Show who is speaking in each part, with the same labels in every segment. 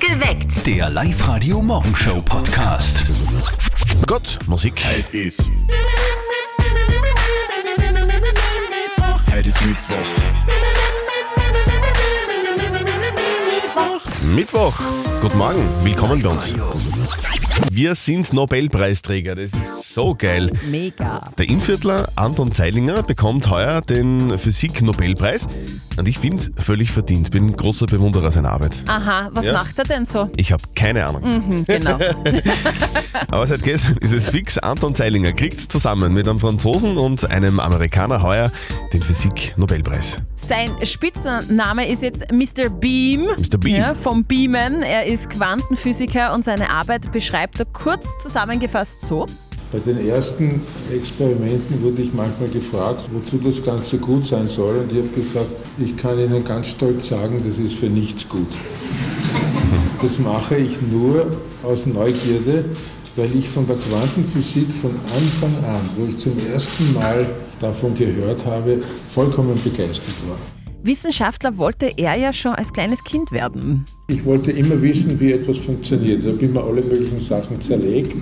Speaker 1: Geweckt.
Speaker 2: Der Live-Radio Morgenshow Podcast.
Speaker 3: Gott, Musik.
Speaker 4: Heute ist. Heute ist Mittwoch.
Speaker 3: Mittwoch. Guten Morgen. Willkommen bei uns. Wir sind Nobelpreisträger. Das ist so geil.
Speaker 5: Mega.
Speaker 3: Der Innviertler Anton Zeilinger bekommt heuer den Physik-Nobelpreis. Und ich finde, völlig verdient. Bin ein großer Bewunderer seiner Arbeit.
Speaker 5: Aha, was
Speaker 3: Ja.
Speaker 5: macht er denn so?
Speaker 3: Ich habe keine Ahnung.
Speaker 5: Hm, Genau.
Speaker 3: Aber seit gestern ist es fix. Anton Zeilinger kriegt zusammen mit einem Franzosen und einem Amerikaner heuer den Physik-Nobelpreis.
Speaker 5: Sein Spitzname ist jetzt Mr. Beam.
Speaker 3: Mr. Beam.
Speaker 5: Ja, vom Beamen. Er ist Quantenphysiker und seine Arbeit beschreibt er kurz zusammengefasst so.
Speaker 6: Bei den ersten Experimenten wurde ich manchmal gefragt, wozu das Ganze gut sein soll. Und ich habe gesagt, ich kann Ihnen ganz stolz sagen, das ist für nichts gut. Das mache ich nur aus Neugierde, weil ich von der Quantenphysik von Anfang an, wo ich zum ersten Mal davon gehört habe, vollkommen begeistert war.
Speaker 5: Wissenschaftler wollte er ja schon als kleines Kind werden.
Speaker 6: Ich wollte immer wissen, wie etwas funktioniert. Ich habe immer alle möglichen Sachen zerlegt,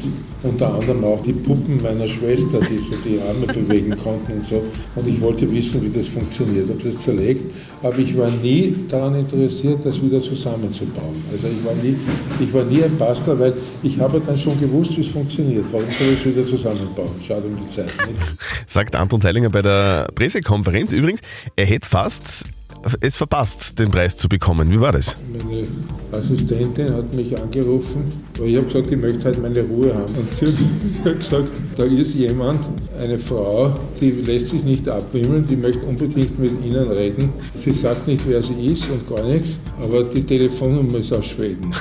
Speaker 6: unter anderem auch die Puppen meiner Schwester, die so die Arme bewegen konnten und so. Und ich wollte wissen, wie das funktioniert, habe das zerlegt. Aber ich war nie daran interessiert, das wieder zusammenzubauen. Also ich war nie, ich war nie ein Bastler, weil ich habe dann schon gewusst, wie es funktioniert. Warum soll ich es wieder zusammenbauen? Schade um die Zeit. Nicht?
Speaker 3: sagt Anton Zeilinger bei der Pressekonferenz übrigens, er hätte fast es verpasst, den Preis zu bekommen. Wie war das?
Speaker 6: Meine Assistentin hat mich angerufen. Ich habe gesagt, ich möchte halt meine Ruhe haben. Und sie hat- sie hat gesagt, da ist jemand, eine Frau, die lässt sich nicht abwimmeln, die möchte unbedingt mit Ihnen reden. Sie sagt nicht, wer sie ist und gar nichts, aber die Telefonnummer ist aus Schweden.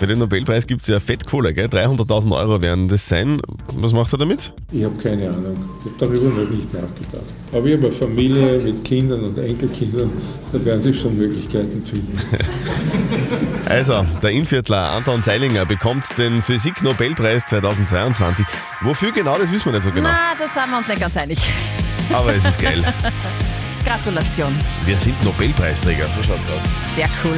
Speaker 3: Für den Nobelpreis gibt es ja Fettkohle, gell? 300.000 Euro werden das sein. Was macht er damit?
Speaker 6: Ich habe keine Ahnung. Ich habe darüber noch nicht nachgedacht. Aber ich habe eine Familie mit Kindern und Enkelkindern, da werden sich schon Möglichkeiten finden.
Speaker 3: Also, der Innviertler Anton Zeilinger bekommt den Physik-Nobelpreis 2022. Wofür genau, das wissen wir nicht so genau.
Speaker 5: Na, da sind wir uns nicht ganz einig.
Speaker 3: Aber es ist geil.
Speaker 5: Gratulation.
Speaker 3: Wir sind Nobelpreisträger, so schaut's aus.
Speaker 5: Sehr cool.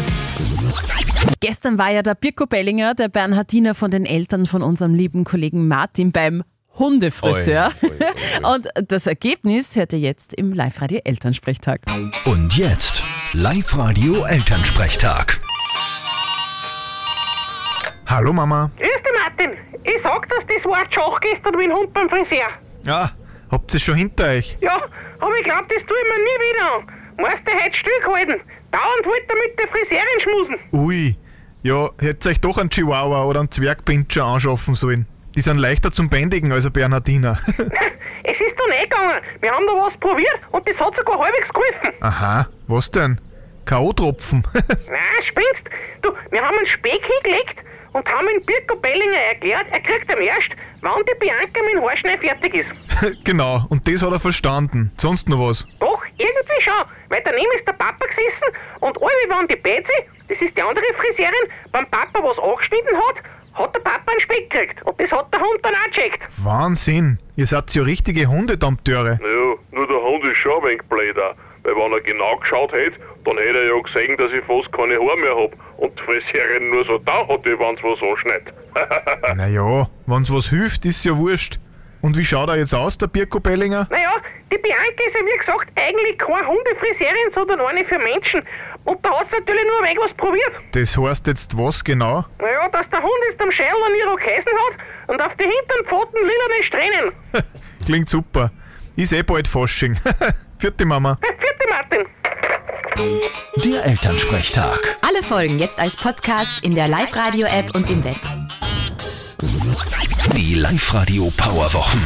Speaker 5: Gestern war ja der Birko Bellinger, der Bernhardiner von den Eltern von unserem lieben Kollegen Martin beim Hundefriseur.
Speaker 3: Oi, oi, oi.
Speaker 5: Und das Ergebnis hört ihr jetzt im Live-Radio Elternsprechtag.
Speaker 2: Und jetzt Live-Radio Elternsprechtag.
Speaker 3: Hallo Mama.
Speaker 7: Grüß dich, Martin. Ich sag, dass das Wort Schach gestern wie ein Hund beim Friseur.
Speaker 8: Ja, habt ihr schon hinter euch?
Speaker 7: Ja, aber ich glaub, das tue ich mir nie wieder an. Meinst du, heute stillgehalten? Dauernd wollte er mit der Friseurin schmusen.
Speaker 8: Ui, ja, hättet ihr euch doch einen Chihuahua oder einen Zwergpinscher anschaffen sollen. Die sind leichter zum Bändigen als ein Bernhardiner.
Speaker 7: Es ist doch nicht gegangen. Wir haben da was probiert und das hat sogar halbwegs geholfen.
Speaker 8: Aha, was denn? K.O.-Tropfen.
Speaker 7: Nein, spinnst. Du, wir haben einen Speck hingelegt und haben ihn Birko Bellinger erklärt, er kriegt am erst, wann die Bianca mit dem Haarschneid fertig ist.
Speaker 8: genau, und das hat er verstanden. Sonst noch was?
Speaker 7: Doch, irgendwie schon, weil daneben ist der Papa gesessen und alle waren die Betsy, das ist die andere Friseurin, beim Papa was angeschnitten hat, hat der Papa einen Speck gekriegt und das hat der Hund dann auch gecheckt.
Speaker 8: Wahnsinn, ihr seid ja richtige Hundedampteure.
Speaker 9: Ja, nur der Hund ist schon ein wenig blöder, weil wenn er genau geschaut hätte, dann hätte er ja gesehen, dass ich fast keine Haare mehr hab und die Friseurin nur so da hat, wenn's was anschneit.
Speaker 8: Naja, wenn's was hilft, ist ja wurscht. Und wie schaut er jetzt aus, der Birko Bellinger?
Speaker 7: Naja, die Bianca ist ja wie gesagt eigentlich keine Hundefriseurin, sondern eine für Menschen und da hat's natürlich nur ein wenig was probiert.
Speaker 8: Das heißt jetzt was genau?
Speaker 7: Naja, dass der Hund jetzt am Schädel einen Irokesen hat und auf die hinteren Pfoten lilane Strähnen.
Speaker 8: Klingt super. Ist eh bald Fasching. Vierte Mama.
Speaker 7: Vierte Martin.
Speaker 2: Der Elternsprechtag.
Speaker 10: Alle Folgen jetzt als Podcast in der Live-Radio-App und im Web.
Speaker 2: Die Live-Radio Powerwochen.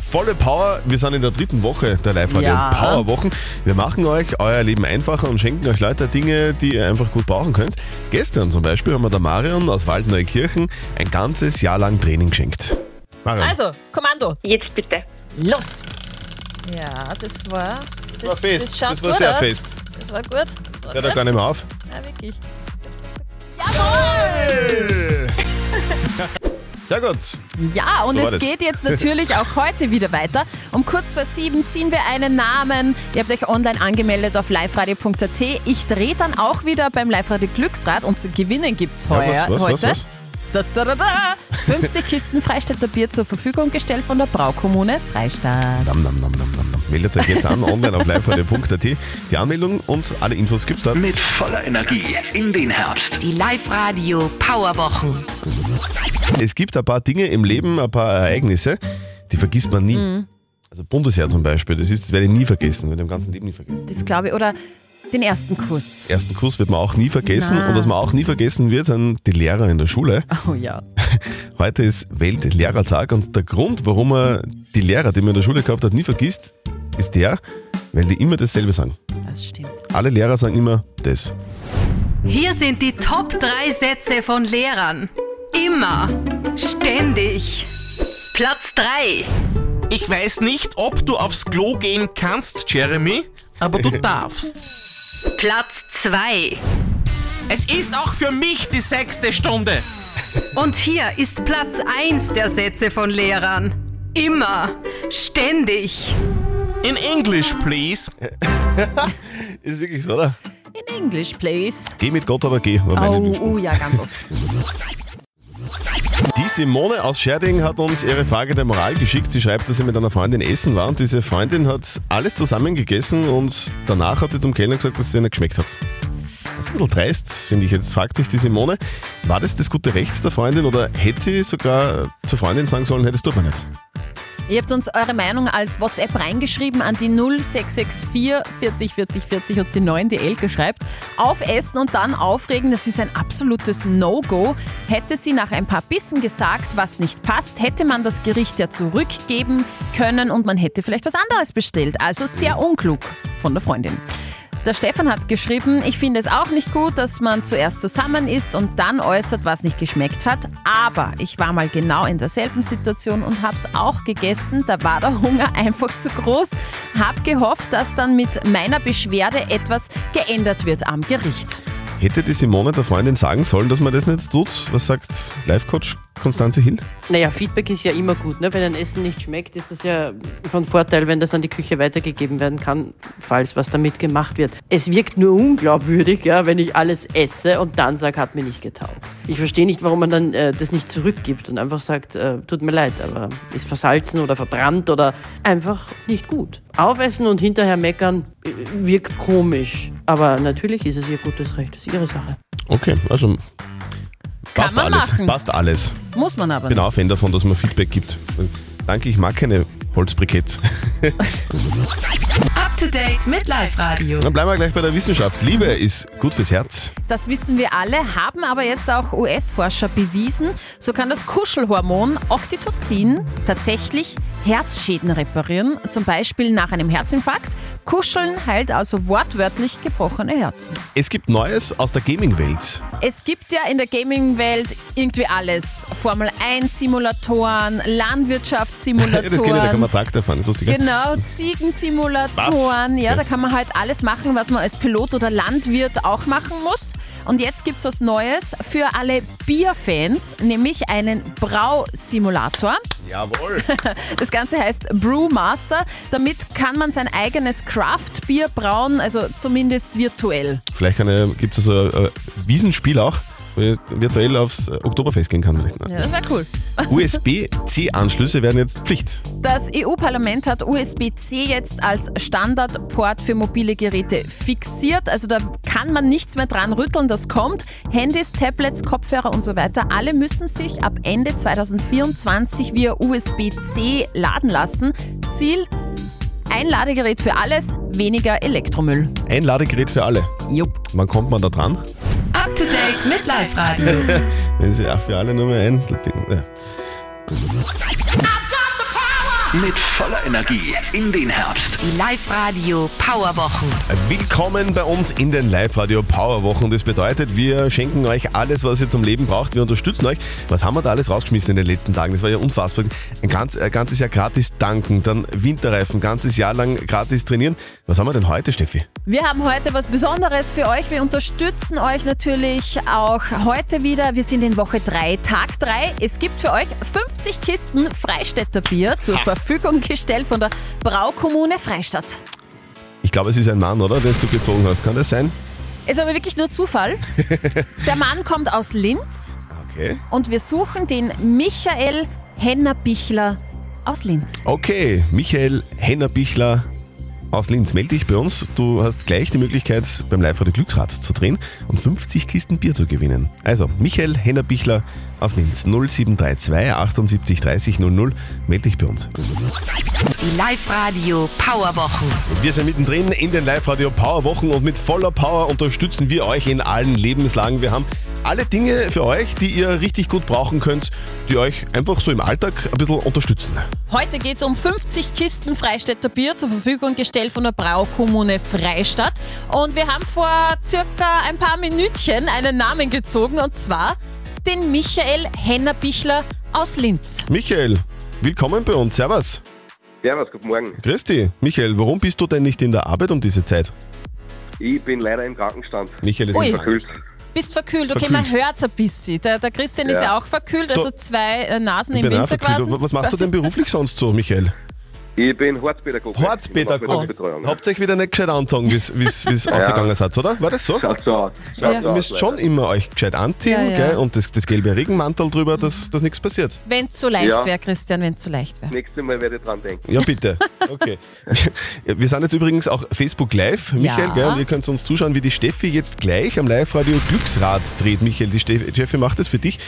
Speaker 3: Volle Power, wir sind in der dritten Woche der Live-Radio
Speaker 5: Ja.
Speaker 3: Power-Wochen. Wir machen euch euer Leben einfacher und schenken euch Leute Dinge, die ihr einfach gut brauchen könnt. Gestern zum Beispiel haben wir der Marion aus Waldneukirchen ein ganzes Jahr lang Training geschenkt. Marion,
Speaker 5: Also, Kommando,
Speaker 7: Jetzt bitte.
Speaker 5: los! Ja, das war. Das,
Speaker 3: war fest.
Speaker 5: das schaut
Speaker 3: Das war
Speaker 5: gut
Speaker 3: sehr
Speaker 5: aus.
Speaker 3: fest.
Speaker 5: Das war gut.
Speaker 3: hört er gar nicht mehr auf.
Speaker 5: Ja, wirklich.
Speaker 3: So, Sehr gut.
Speaker 5: Ja, und
Speaker 3: So war
Speaker 5: es
Speaker 3: das.
Speaker 5: geht jetzt natürlich auch heute wieder weiter. Um kurz vor sieben ziehen wir einen Namen. Ihr habt euch online angemeldet auf liveradio.at. Ich drehe dann auch wieder beim Live-Radio Glücksrad und zu gewinnen gibt's heuer,
Speaker 3: was, was, was,
Speaker 5: heute.
Speaker 3: was?
Speaker 5: Da, da, da, da. 50 Kisten Freistädter Bier zur Verfügung gestellt von der Braukommune Freistadt.
Speaker 3: Dam, dam, dam, dam, dam, dam. Meldet euch jetzt an, online auf liveradio.at. Die Anmeldung und alle Infos gibt's dort.
Speaker 2: Mit voller Energie in den Herbst.
Speaker 10: Die Live-Radio Powerwochen.
Speaker 3: Es gibt ein paar Dinge im Leben, ein paar Ereignisse, die vergisst man nie. Also Bundesjahr zum Beispiel, das, ist, das werde ich nie vergessen, werde ich im ganzen Leben nie vergessen.
Speaker 5: Das glaube ich, oder den ersten Kuss.
Speaker 3: Ersten Kurs wird man auch nie vergessen
Speaker 5: Na.
Speaker 3: und was man auch nie vergessen wird, sind die Lehrer in der Schule.
Speaker 5: Oh ja.
Speaker 3: Heute ist Weltlehrertag und der Grund, warum man die Lehrer, die man in der Schule gehabt hat, nie vergisst, ist der, weil die immer dasselbe sagen.
Speaker 5: Das stimmt.
Speaker 3: Alle Lehrer sagen immer das.
Speaker 10: Hier sind die Top 3 Sätze von Lehrern. Immer. Ständig. Platz 3.
Speaker 4: Ich weiß nicht, ob du aufs Klo gehen kannst, Jeremy, aber du darfst.
Speaker 10: Platz 2.
Speaker 4: Es ist auch für mich die sechste Stunde.
Speaker 10: Und hier ist Platz 1 der Sätze von Lehrern. Immer. Ständig.
Speaker 4: In English, please.
Speaker 3: Ist wirklich so, oder?
Speaker 5: In English, please.
Speaker 3: Geh mit Gott, aber geh. War meine
Speaker 5: Oh,
Speaker 3: Lüge.
Speaker 5: oh ja, ganz oft.
Speaker 3: Die Simone aus Scherding hat uns ihre Frage der Moral geschickt. Sie schreibt, dass sie mit einer Freundin essen war und diese Freundin hat alles zusammengegessen und danach hat sie zum Kellner gesagt, dass es ihr nicht geschmeckt hat. Das ist ein bisschen dreist, finde ich. Jetzt fragt sich die Simone, war das das gute Recht der Freundin oder hätte sie sogar zur Freundin sagen sollen, hey, das tut man nicht?
Speaker 5: Ihr habt uns eure Meinung als WhatsApp reingeschrieben an die 0664 40 40 40 und die 9, die Elke schreibt. Aufessen und dann aufregen, das ist ein absolutes No-Go. Hätte sie nach ein paar Bissen gesagt, was nicht passt, hätte man das Gericht ja zurückgeben können und man hätte vielleicht was anderes bestellt. Also sehr unklug von der Freundin. Der Stefan hat geschrieben, ich finde es auch nicht gut, dass man zuerst zusammen ist und dann äußert, was nicht geschmeckt hat. Aber ich war mal genau in derselben Situation und hab's auch gegessen. Da war der Hunger einfach zu groß. Hab gehofft, dass dann mit meiner Beschwerde etwas geändert wird am Gericht.
Speaker 3: Hätte die Simone der Freundin sagen sollen, dass man das nicht tut? Was sagt Life-Coach Konstanze Hill?
Speaker 1: Naja, Feedback ist ja immer gut. Ne? Wenn ein Essen nicht schmeckt, ist das ja von Vorteil, wenn das an die Küche weitergegeben werden kann, falls was damit gemacht wird. Es wirkt nur unglaubwürdig, ja, wenn ich alles esse und dann sage, hat mir nicht getaugt. Ich verstehe nicht, warum man dann äh, das nicht zurückgibt und einfach sagt, äh, tut mir leid, aber ist versalzen oder verbrannt oder einfach nicht gut. Aufessen und hinterher meckern äh, wirkt komisch, aber natürlich ist es ihr gutes Recht, das ist ihre Sache.
Speaker 3: Okay, also passt
Speaker 5: man
Speaker 3: alles.
Speaker 5: machen.
Speaker 3: Passt alles.
Speaker 5: Muss man aber.
Speaker 3: Ich bin auch Fan davon, dass man Feedback gibt. Danke, ich mag keine Holzbriketts.
Speaker 10: Up to date mit Live-Radio.
Speaker 3: Dann bleiben wir gleich bei der Wissenschaft. Liebe ist gut fürs Herz.
Speaker 5: Das wissen wir alle, haben aber jetzt auch US-Forscher bewiesen, so kann das Kuschelhormon Oxytocin tatsächlich Herzschäden reparieren, zum Beispiel nach einem Herzinfarkt. Kuscheln heilt also wortwörtlich gebrochene Herzen.
Speaker 3: Es gibt Neues aus der Gaming-Welt.
Speaker 5: Es gibt ja in der Gaming-Welt irgendwie alles. Formel 1-Simulatoren,
Speaker 3: Ja, das kenne ich, da kann
Speaker 5: Landwirtschaftssimulatoren.
Speaker 3: man Traktor fahren. Das ist lustig. gell?
Speaker 5: Genau, Ziegensimulatoren.
Speaker 3: Was?
Speaker 5: Ja,
Speaker 3: Okay.
Speaker 5: da kann man halt alles machen, was man als Pilot oder Landwirt auch machen muss. Und jetzt gibt's was Neues für alle Bierfans, nämlich einen Brausimulator.
Speaker 3: Jawohl.
Speaker 5: Das Ganze heißt Brewmaster. Damit kann man sein eigenes Craft-Bier brauen, also zumindest virtuell.
Speaker 3: Vielleicht gibt es so ein äh, Wiesenspiel auch, wo ich virtuell aufs äh, Oktoberfest gehen kann. vielleicht.
Speaker 5: Ja, das wäre cool.
Speaker 3: USB-C-Anschlüsse werden jetzt Pflicht.
Speaker 5: Das EU-Parlament hat USB-C jetzt als Standardport für mobile Geräte fixiert. Also da kann man nichts mehr dran rütteln, das kommt. Handys, Tablets, Kopfhörer und so weiter, alle müssen sich ab Ende 2024 via USB-C laden lassen. Ziel? Ein Ladegerät für alles, weniger Elektromüll.
Speaker 3: Ein Ladegerät für alle.
Speaker 5: Jupp.
Speaker 3: Wann kommt man da dran?
Speaker 10: Up to date mit Live-Radio.
Speaker 3: Wenn sie auch für alle nur mehr ein. Ja.
Speaker 2: Mit voller Energie in den Herbst.
Speaker 10: Die Live-Radio Powerwochen.
Speaker 3: Willkommen bei uns in den Live-Radio Powerwochen. Das bedeutet, wir schenken euch alles, was ihr zum Leben braucht. Wir unterstützen euch. Was haben wir da alles rausgeschmissen in den letzten Tagen? Das war ja unfassbar. Ein, ganz, ein ganzes Jahr gratis tanken, dann Winterreifen, ein ganzes Jahr lang gratis trainieren. Was haben wir denn heute, Steffi?
Speaker 5: Wir haben heute was Besonderes für euch. Wir unterstützen euch natürlich auch heute wieder. Wir sind in Woche 3, Tag 3. Es gibt für euch 50 Kisten Freistädter Bier zur Verfügung gestellt von der Braukommune Freistadt.
Speaker 3: Ich glaube, es ist ein Mann, oder? Den du gezogen hast. Kann das sein?
Speaker 5: Ist aber wirklich nur Zufall. Der Mann kommt aus Linz
Speaker 3: Okay.
Speaker 5: und wir suchen den Michael Henner-Bichler aus Linz.
Speaker 3: Okay, Michael Hennerbichler aus Linz, melde dich bei uns. Du hast gleich die Möglichkeit, beim Live-Radio Glücksrad zu drehen und 50 Kisten Bier zu gewinnen. Also, Michael Hennerbichler aus Linz, 0732 78 30 00, melde dich bei uns.
Speaker 10: Die Live-Radio Powerwochen.
Speaker 3: Wir sind mittendrin in den Live-Radio Power-Wochen und mit voller Power unterstützen wir euch in allen Lebenslagen. Wir haben alle Dinge für euch, die ihr richtig gut brauchen könnt, die euch einfach so im Alltag ein bisschen unterstützen.
Speaker 5: Heute geht es um 50 Kisten Freistädter Bier zur Verfügung gestellt von der Braukommune Freistadt. Und wir haben vor circa ein paar Minütchen einen Namen gezogen und zwar den Michael Henner-Bichler aus Linz.
Speaker 3: Michael, willkommen bei uns. Servus.
Speaker 11: Servus, guten Morgen.
Speaker 3: Christi, Michael, warum bist du denn nicht in der Arbeit um diese Zeit?
Speaker 11: Ich bin leider im Krankenstand.
Speaker 3: Michael ist
Speaker 5: Ui.
Speaker 3: im
Speaker 11: Verkühlt.
Speaker 5: Bist verkühlt, okay,
Speaker 3: Verkühlt.
Speaker 5: man hört ein bisschen. Der, der Christian ist
Speaker 11: Ja.
Speaker 5: ja auch verkühlt, also zwei äh, Nasen
Speaker 3: Ich
Speaker 5: im
Speaker 3: bin auch
Speaker 5: Winter quasi.
Speaker 3: verkühlt. Was machst du denn beruflich sonst so, Michael?
Speaker 11: Ich bin Hortpädagoge.
Speaker 7: Oh.
Speaker 3: Hortpädagogik.
Speaker 7: ne?
Speaker 11: Betreuung.
Speaker 3: Habt ihr euch wieder nicht gescheit anzogen, wie es ausgegangen seid, oder? War das so?
Speaker 11: Schaut so aus. Schaut
Speaker 5: Ja.
Speaker 11: so
Speaker 3: Ihr
Speaker 11: aus,
Speaker 3: müsst
Speaker 11: leider.
Speaker 3: schon immer euch gescheit anziehen
Speaker 5: Ja, ja.
Speaker 3: Gell? und das, das gelbe Regenmantel drüber, dass, dass nichts passiert.
Speaker 5: Wenn es so leicht
Speaker 11: Ja.
Speaker 5: wäre, Christian, wenn es so leicht wäre.
Speaker 11: Nächstes Mal werde ich dran denken.
Speaker 3: Ja, bitte. Okay. Wir sind jetzt übrigens auch Facebook Live, Michael,
Speaker 5: Ja.
Speaker 3: gell? und ihr könnt uns zuschauen, wie die Steffi jetzt gleich am Live-Radio Glücksrad dreht. Michael, die Steffi, Steffi macht das für dich.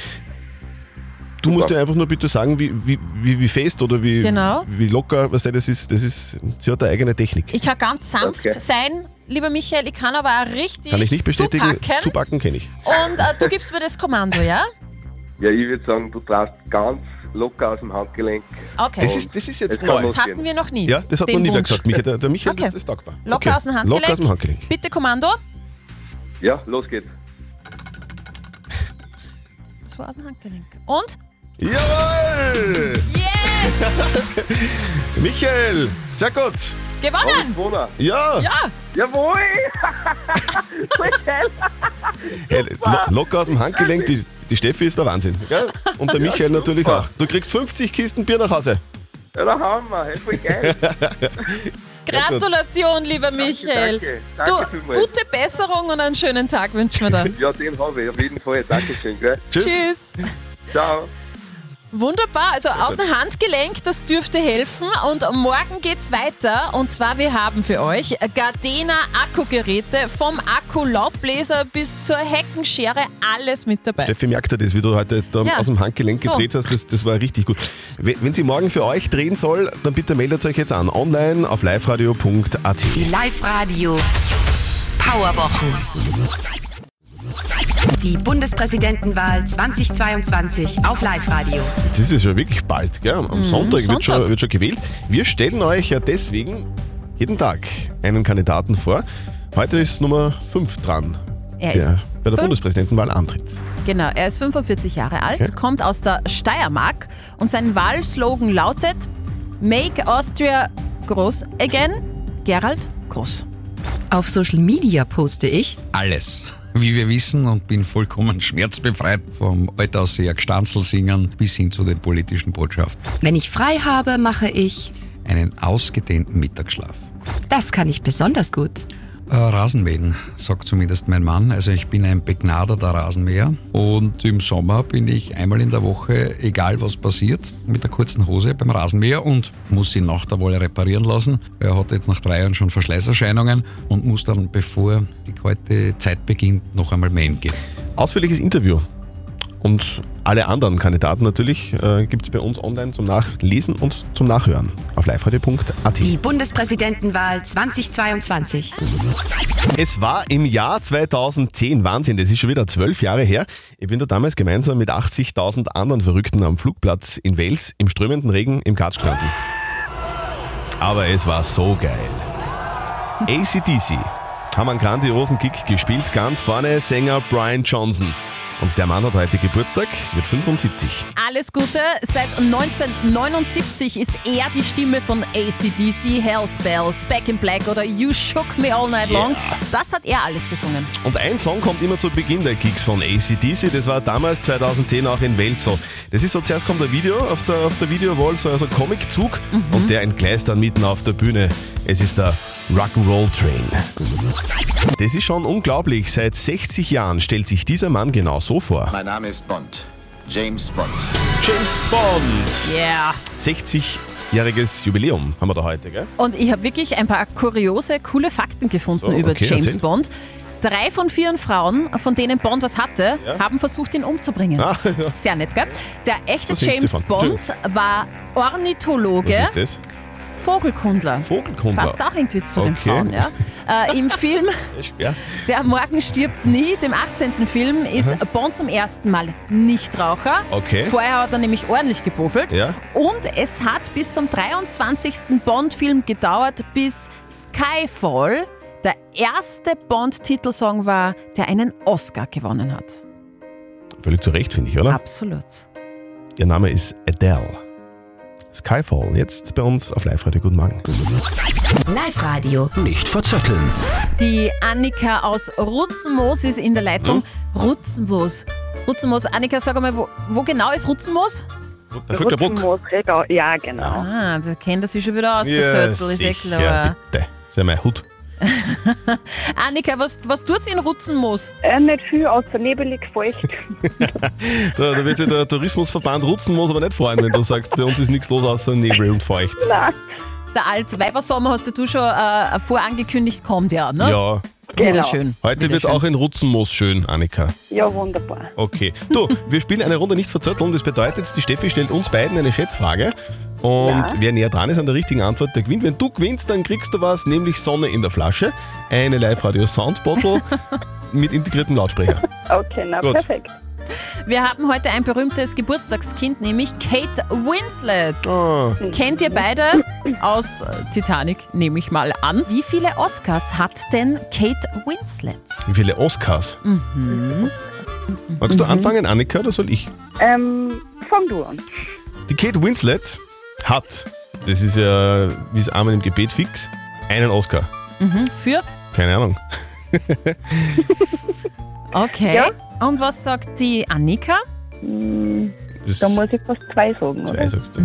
Speaker 3: Du musst dir einfach nur bitte sagen, wie, wie, wie, wie fest oder wie,
Speaker 5: Genau.
Speaker 3: wie locker, was das ist, das ist, sie hat eine eigene Technik.
Speaker 5: Ich kann ganz sanft
Speaker 11: Okay.
Speaker 5: sein, lieber Michael, ich kann aber auch richtig
Speaker 3: Kann ich nicht bestätigen,
Speaker 5: zupacken.
Speaker 3: zupacken kenne ich.
Speaker 5: Und äh, du gibst mir das Kommando, ja?
Speaker 11: Ja, ich würde sagen, du traust ganz locker aus dem Handgelenk.
Speaker 5: Okay.
Speaker 3: Das ist, das ist jetzt
Speaker 11: Es kann
Speaker 3: neu.
Speaker 5: Das hatten wir noch nie.
Speaker 3: Ja, das hat
Speaker 5: den
Speaker 3: man nie wieder
Speaker 5: Wunsch.
Speaker 3: gesagt. Michael, der, der Michael
Speaker 5: Okay.
Speaker 3: das ist dankbar.
Speaker 5: Locker aus dem Handgelenk.
Speaker 3: Locker aus dem Handgelenk.
Speaker 5: Bitte Kommando.
Speaker 11: Ja, los geht's.
Speaker 5: Das war aus dem Handgelenk. Und?
Speaker 3: Jawohl!
Speaker 5: Yes!
Speaker 3: Michael, sehr gut.
Speaker 5: Gewonnen!
Speaker 11: Wohner.
Speaker 3: Ja,
Speaker 5: Ja!
Speaker 11: Jawohl!
Speaker 3: Ey, Äh, lo- locker aus dem Handgelenk. Die, die Steffi ist der Wahnsinn. Gell? Und der Michael natürlich auch. Du kriegst 50 Kisten Bier nach Hause.
Speaker 11: Ja, da haben wir. Hey, voll geil.
Speaker 5: Gratulation, lieber Michael!
Speaker 11: danke. Danke
Speaker 5: du,
Speaker 11: vielmals.
Speaker 5: gute Besserung und einen schönen Tag wünschen wir dann.
Speaker 11: Ja, den habe ich auf jeden Fall. Dankeschön, gell?
Speaker 3: Tschüss.
Speaker 5: Tschüss!
Speaker 11: Ciao.
Speaker 5: Wunderbar, also aus dem Handgelenk, das dürfte helfen. Und morgen geht's weiter. Und zwar, wir haben für euch Gardena Akkugeräte, vom Akku-Laubbläser bis zur Heckenschere, alles mit dabei.
Speaker 3: Steffi merkt ja das, wie du heute da
Speaker 5: Ja.
Speaker 3: aus dem Handgelenk
Speaker 5: So.
Speaker 3: gedreht hast. Das, das war richtig gut. Wenn, wenn sie morgen für euch drehen soll, dann bitte meldet euch jetzt an. Online auf liveradio.at.
Speaker 10: Die Live-Radio Powerwochen. Die Bundespräsidentenwahl 2022 auf Live-Radio.
Speaker 3: Das ist ja wirklich bald, gell? Am Sonntag, Wird, schon,
Speaker 5: Mhm, Sonntag.
Speaker 3: wird schon gewählt. Wir stellen euch ja deswegen jeden Tag einen Kandidaten vor. Heute ist Nummer 5 dran,
Speaker 5: Er
Speaker 3: der
Speaker 5: ist
Speaker 3: bei der
Speaker 5: fünf-
Speaker 3: Bundespräsidentenwahl antritt.
Speaker 5: Genau, er ist 45 Jahre alt,
Speaker 3: Okay.
Speaker 5: kommt aus der Steiermark und sein Wahlslogan lautet Make Austria groß again. Gerald Groß.
Speaker 10: Auf Social Media poste ich
Speaker 12: alles. Wie wir wissen und bin vollkommen schmerzbefreit vom Altausseher Gstanzelsingern bis hin zu den politischen Botschaften.
Speaker 10: Wenn ich frei habe, mache ich.
Speaker 12: Einen ausgedehnten Mittagsschlaf.
Speaker 10: Das kann ich besonders gut.
Speaker 12: Äh, Rasenmähen, sagt zumindest mein Mann. Also ich bin ein begnadeter Rasenmäher und im Sommer bin ich einmal in der Woche, egal was passiert, mit der kurzen Hose beim Rasenmäher und muss ihn nach der Wolle reparieren lassen. Er hat jetzt nach drei Jahren schon Verschleißerscheinungen und muss dann, bevor die kalte Zeit beginnt, noch einmal mähen gehen.
Speaker 3: Ausführliches Interview und alle anderen Kandidaten natürlich äh, gibt es bei uns online zum Nachlesen und zum Nachhören auf liveradio.at.
Speaker 10: Die Bundespräsidentenwahl 2022.
Speaker 3: Es war im Jahr 2010, Wahnsinn, das ist schon wieder zwölf Jahre her. Ich bin da damals gemeinsam mit 80.000 anderen Verrückten am Flugplatz in Wales im strömenden Regen im Katsch gestanden. aber es war so geil. ACDC haben einen grandiosen Gig gespielt, ganz vorne Sänger Brian Johnson. Und der Mann hat heute Geburtstag, wird 75.
Speaker 5: Alles Gute. Seit 1979 ist er die Stimme von ACDC, Hellspells, Back in Black oder You Shook Me All Night Long. Das hat er alles gesungen.
Speaker 3: Und ein Song kommt immer zu Beginn der Gigs von ACDC, das war damals 2010 auch in Wels so. Das ist so, zuerst kommt ein Video auf der, auf der Videowall, so also Comiczug
Speaker 5: Mhm.
Speaker 3: und der entgleist dann mitten auf der Bühne. Es ist der Rock'n'Roll Train. Das ist schon unglaublich, seit 60 Jahren stellt sich dieser Mann genau so vor.
Speaker 13: Mein Name ist Bond. James Bond.
Speaker 3: James Bond!
Speaker 5: Yeah.
Speaker 3: 60-jähriges Jubiläum haben wir da heute, gell?
Speaker 5: Und ich habe wirklich ein paar kuriose, coole Fakten gefunden
Speaker 3: So,
Speaker 5: über
Speaker 3: okay,
Speaker 5: James
Speaker 3: erzähl.
Speaker 5: Bond. Drei von vier Frauen, von denen Bond was hatte, haben versucht, ihn umzubringen.
Speaker 3: Ah, ja.
Speaker 5: Sehr nett, gell? Der echte
Speaker 3: So singst du
Speaker 5: James
Speaker 3: von.
Speaker 5: Bond war Ornithologe.
Speaker 3: Was ist das?
Speaker 5: Vogelkundler.
Speaker 3: Vogelkundler.
Speaker 5: Passt auch irgendwie zu den
Speaker 3: Okay.
Speaker 5: Frauen, ja. Äh, Im Film
Speaker 3: Ja.
Speaker 5: Der Morgen stirbt nie, dem 18. Film, ist
Speaker 3: Aha.
Speaker 5: Bond zum ersten Mal Nichtraucher.
Speaker 3: Mhm. Okay.
Speaker 5: Vorher hat er nämlich ordentlich gepuffelt.
Speaker 3: Ja.
Speaker 5: Und es hat bis zum 23. Bond-Film gedauert, bis Skyfall der erste Bond-Titelsong war, der einen Oscar gewonnen hat.
Speaker 3: Völlig zu Recht, finde ich, oder?
Speaker 5: Absolut.
Speaker 3: Ihr Name ist Adele. Skyfall, jetzt bei uns auf Live-Radio. Guten Morgen.
Speaker 5: Live-Radio.
Speaker 2: Nicht verzetteln.
Speaker 5: Die Annika aus Rutzenmoos ist in der Leitung.
Speaker 3: Mhm.
Speaker 5: Rutzenmoos. Rutzenmoos. Annika, sag mal, wo, wo genau ist Rutzenmoos?
Speaker 3: Der Fulkerbruck.
Speaker 5: Regau. Ja, genau. Ah, das kennt er sich schon wieder aus, der Zöttel, ist eh
Speaker 3: sicher,
Speaker 5: klar.
Speaker 3: bitte. Das ist ja mein Hut.
Speaker 5: Annika, was, was tut sie in Rutzenmoos?
Speaker 14: Äh, nicht viel, außer nebelig, feucht.
Speaker 3: Da, da wird sich der Tourismusverband Rutzenmoos aber nicht freuen, wenn du sagst, bei uns ist nichts los außer Nebel und Feucht.
Speaker 5: Der Altweibersommer hast du schon äh, vorangekündigt, kommt ja, ne?
Speaker 3: Ja.
Speaker 14: Genau.
Speaker 5: Wieder schön.
Speaker 3: Heute wird es auch in Rutzenmoos schön, Annika.
Speaker 14: Ja, wunderbar.
Speaker 3: Okay. Du, wir spielen eine Runde nicht verzötteln. Das bedeutet, die Steffi stellt uns beiden eine Schätzfrage. Und
Speaker 14: Ja.
Speaker 3: wer näher dran ist an der richtigen Antwort, der gewinnt. Wenn du gewinnst, dann kriegst du was, nämlich Sonne in der Flasche, eine Live-Radio-Soundbottle mit integriertem Lautsprecher.
Speaker 14: Okay, na
Speaker 3: Gut.
Speaker 14: perfekt.
Speaker 5: Wir haben heute ein berühmtes Geburtstagskind, nämlich Kate Winslet.
Speaker 3: Oh.
Speaker 14: Ah.
Speaker 5: Kennt ihr beide aus Titanic, nehme ich mal an. Wie viele Oscars hat denn Kate Winslet?
Speaker 3: Wie viele Oscars?
Speaker 5: Mhm.
Speaker 3: Magst du
Speaker 14: Mhm.
Speaker 3: anfangen, Annika, oder soll ich?
Speaker 14: Ähm, fang du an.
Speaker 3: Die Kate Winslet hat, das ist ja wie es Amen im Gebet fix, einen Oscar.
Speaker 5: Mhm. Für?
Speaker 3: Keine Ahnung.
Speaker 5: Okay. Und was sagt die Annika?
Speaker 3: Das
Speaker 14: Da muss Mhm. ich fast zwei sagen,
Speaker 3: zwei
Speaker 14: oder?
Speaker 3: sagst du.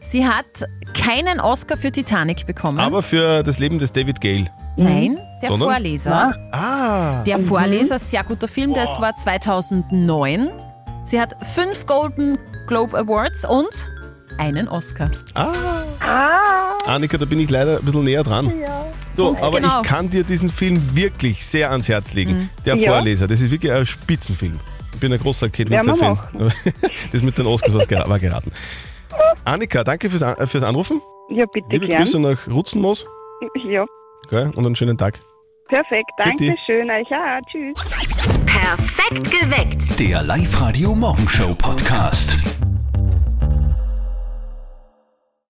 Speaker 5: Sie hat keinen Oscar für Titanic bekommen.
Speaker 3: Aber für das Leben des David Gale.
Speaker 5: Nein, der
Speaker 3: Sondern?
Speaker 5: Vorleser.
Speaker 3: Ah.
Speaker 5: Der Vorleser, sehr guter Film, das war 2009. Sie hat fünf Golden Globe Awards und einen Oscar.
Speaker 3: Ah. Annika, da bin ich leider ein bisschen näher dran. Du,
Speaker 5: Punkt,
Speaker 3: aber
Speaker 5: genau.
Speaker 3: ich kann dir diesen Film wirklich sehr ans Herz legen.
Speaker 5: Mhm.
Speaker 3: Der
Speaker 5: Ja.
Speaker 3: Vorleser, das ist wirklich ein Spitzenfilm. Ich bin ein großer Kate
Speaker 14: Werden wir
Speaker 3: Winslet-Fan. Das mit den Oscars war gera- war geraten. Annika, danke fürs, An- äh, fürs Anrufen.
Speaker 14: Ja, bitte
Speaker 3: Liebe
Speaker 14: gern.
Speaker 3: Grüße nach Rutzenmoos
Speaker 14: Ja,
Speaker 3: gell? und einen schönen Tag.
Speaker 14: perfekt.
Speaker 3: Bitte.
Speaker 14: Dankeschön. Euch auch. Tschüss.
Speaker 10: Perfekt geweckt.
Speaker 2: Der Live-Radio Morgenshow Podcast.